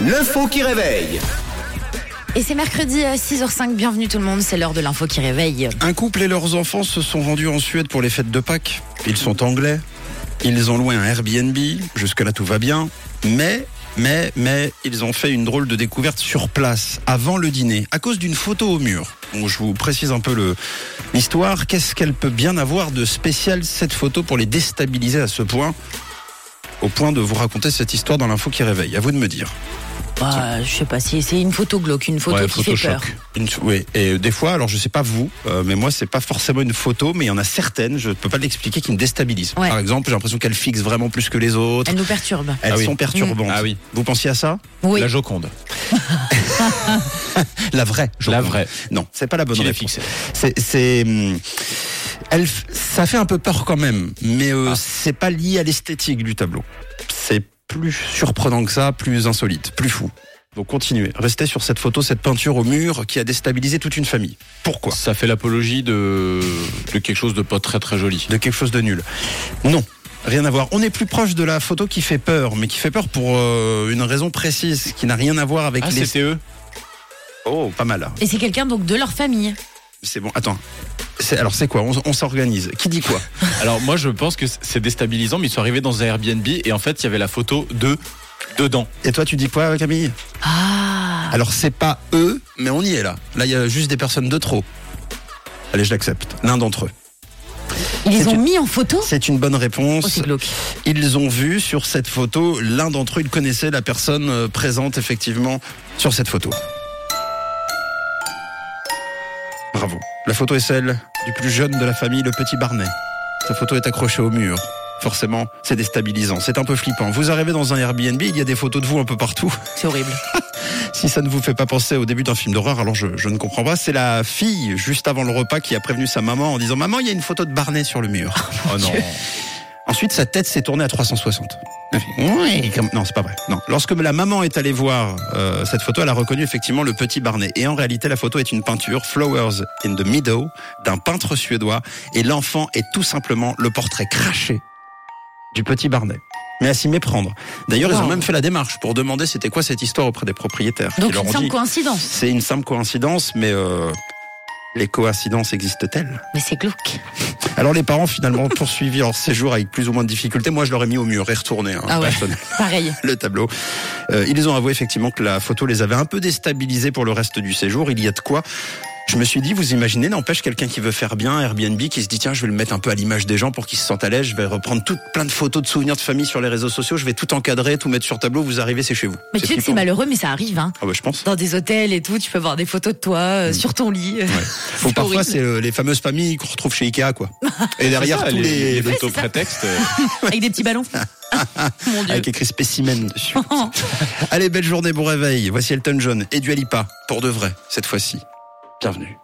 L'info qui réveille. Et c'est mercredi euh, à 6h05, bienvenue tout le monde, c'est l'heure de l'info qui réveille. Un couple et leurs enfants se sont rendus en Suède pour les fêtes de Pâques. Ils sont anglais. Ils ont loué un Airbnb. Jusque-là, tout va bien. Mais, mais, mais, ils ont fait une drôle de découverte sur place, avant le dîner, à cause d'une photo au mur. Bon, je vous précise un peu le- l'histoire. Qu'est-ce qu'elle peut bien avoir de spécial, cette photo, pour les déstabiliser à ce point Au point de vous raconter cette histoire dans l'info qui réveille. À vous de me dire. Bah, je sais pas si c'est une photo glauque, une photo Ouais, qui fait peur. Une- oui, et euh, des fois, alors je sais pas vous, euh, mais moi c'est pas forcément une photo, mais il y en a certaines, je peux pas l'expliquer, qui me déstabilisent. Ouais. Par exemple, j'ai l'impression qu'elles fixent vraiment plus que les autres. Elle nous perturbe. Mm. Elles Ah oui. sont perturbantes. Mmh. Ah oui. Vous pensiez à ça Oui. La Joconde. La vraie. je La crois. vraie. Non, c'est pas la bonne Qui l'a réponse. fixée C'est, c'est, hum, elle, f- ça fait un peu peur quand même, mais euh, c'est pas lié à l'esthétique du tableau. C'est plus surprenant que ça, plus insolite, plus fou. Donc continuez, restez sur cette photo, cette peinture au mur qui a déstabilisé toute une famille. Pourquoi Ça fait l'apologie de... de quelque chose de pas très très joli. de quelque chose de nul. Non. Rien à voir. On est plus proche de la photo qui fait peur, mais qui fait peur pour euh, une raison précise, qui n'a rien à voir avec Ah, les. c'était eux Oh, pas mal. Et c'est quelqu'un donc de leur famille. C'est bon. Attends. C'est- Alors c'est quoi On, on s'organise. Qui dit quoi Alors moi je pense que c'est déstabilisant, mais ils sont arrivés dans un Airbnb et en fait il y avait la photo de dedans. Et toi, tu dis quoi, Camille Ah Alors c'est pas eux, mais on y est là. Là, il y a juste des personnes de trop. Allez, je l'accepte. L'un d'entre eux. Ils les c'est ont une- mis en photo C'est une bonne Oh, réponse. c'est glauque. Ils ont vu sur cette photo, l'un d'entre eux, il connaissait la personne euh, présente effectivement sur cette photo. Bravo. La photo est celle du plus jeune de la famille, le petit Barnet. Sa photo est accrochée au mur. Forcément, c'est déstabilisant, c'est un peu flippant. Vous arrivez dans un Airbnb, il y a des photos de vous un peu partout. C'est horrible. Si ça ne vous fait pas penser au début d'un film d'horreur, alors je, je ne comprends pas. C'est la fille, juste avant le repas, qui a prévenu sa maman en disant Maman, il y a une photo de Barnet sur le mur. Oh non. Ensuite, sa tête s'est tournée à 360. Elle fait, Oui, comme- non, c'est pas vrai. Non. Lorsque la maman est allée voir euh, cette photo, elle a reconnu effectivement le petit Barnet. Et en réalité, la photo est une peinture Flowers in the Meadow d'un peintre suédois. Et l'enfant est tout simplement le portrait craché du petit Barnet. Mais à s'y méprendre. D'ailleurs, ils ont Wow. même fait la démarche pour demander c'était quoi cette histoire auprès des propriétaires. Ils Donc leur une ont simple dit, coïncidence. c'est une simple coïncidence, mais euh, les coïncidences existent-elles Mais c'est glauque. alors les parents finalement poursuivis leur séjour avec plus ou moins de difficultés. Moi je l'aurais mis au mur et retourné hein, Ah ouais. personne- Pareil. le tableau. Euh, ils ont avoué effectivement que la photo les avait un peu déstabilisés pour le reste du séjour. Il y a de quoi. Je me suis dit, vous imaginez, n'empêche quelqu'un qui veut faire bien Airbnb, qui se dit tiens, je vais le mettre un peu à l'image des gens pour qu'ils se sentent à l'aise. Je vais reprendre tout plein de photos de souvenirs de famille sur les réseaux sociaux. Je vais tout encadrer, tout mettre sur tableau. Vous arrivez, c'est chez vous. Mais tu sais que c'est flippant. malheureux, mais ça arrive. Hein. Ah bah, je pense. Dans des hôtels et tout, tu peux voir des photos de toi euh, sur ton lit. Ou Mm. parfois horrible. c'est euh, les fameuses familles qu'on retrouve chez Ikea quoi. Et derrière C'est ça, tous les, les photos c'est ça. prétextes. Avec des petits ballons. Mon Dieu. avec écrit spécimen dessus. Allez, belle journée, bon réveil. Voici Elton John et Dua Lipa, pour de vrai, cette fois-ci. Bienvenue.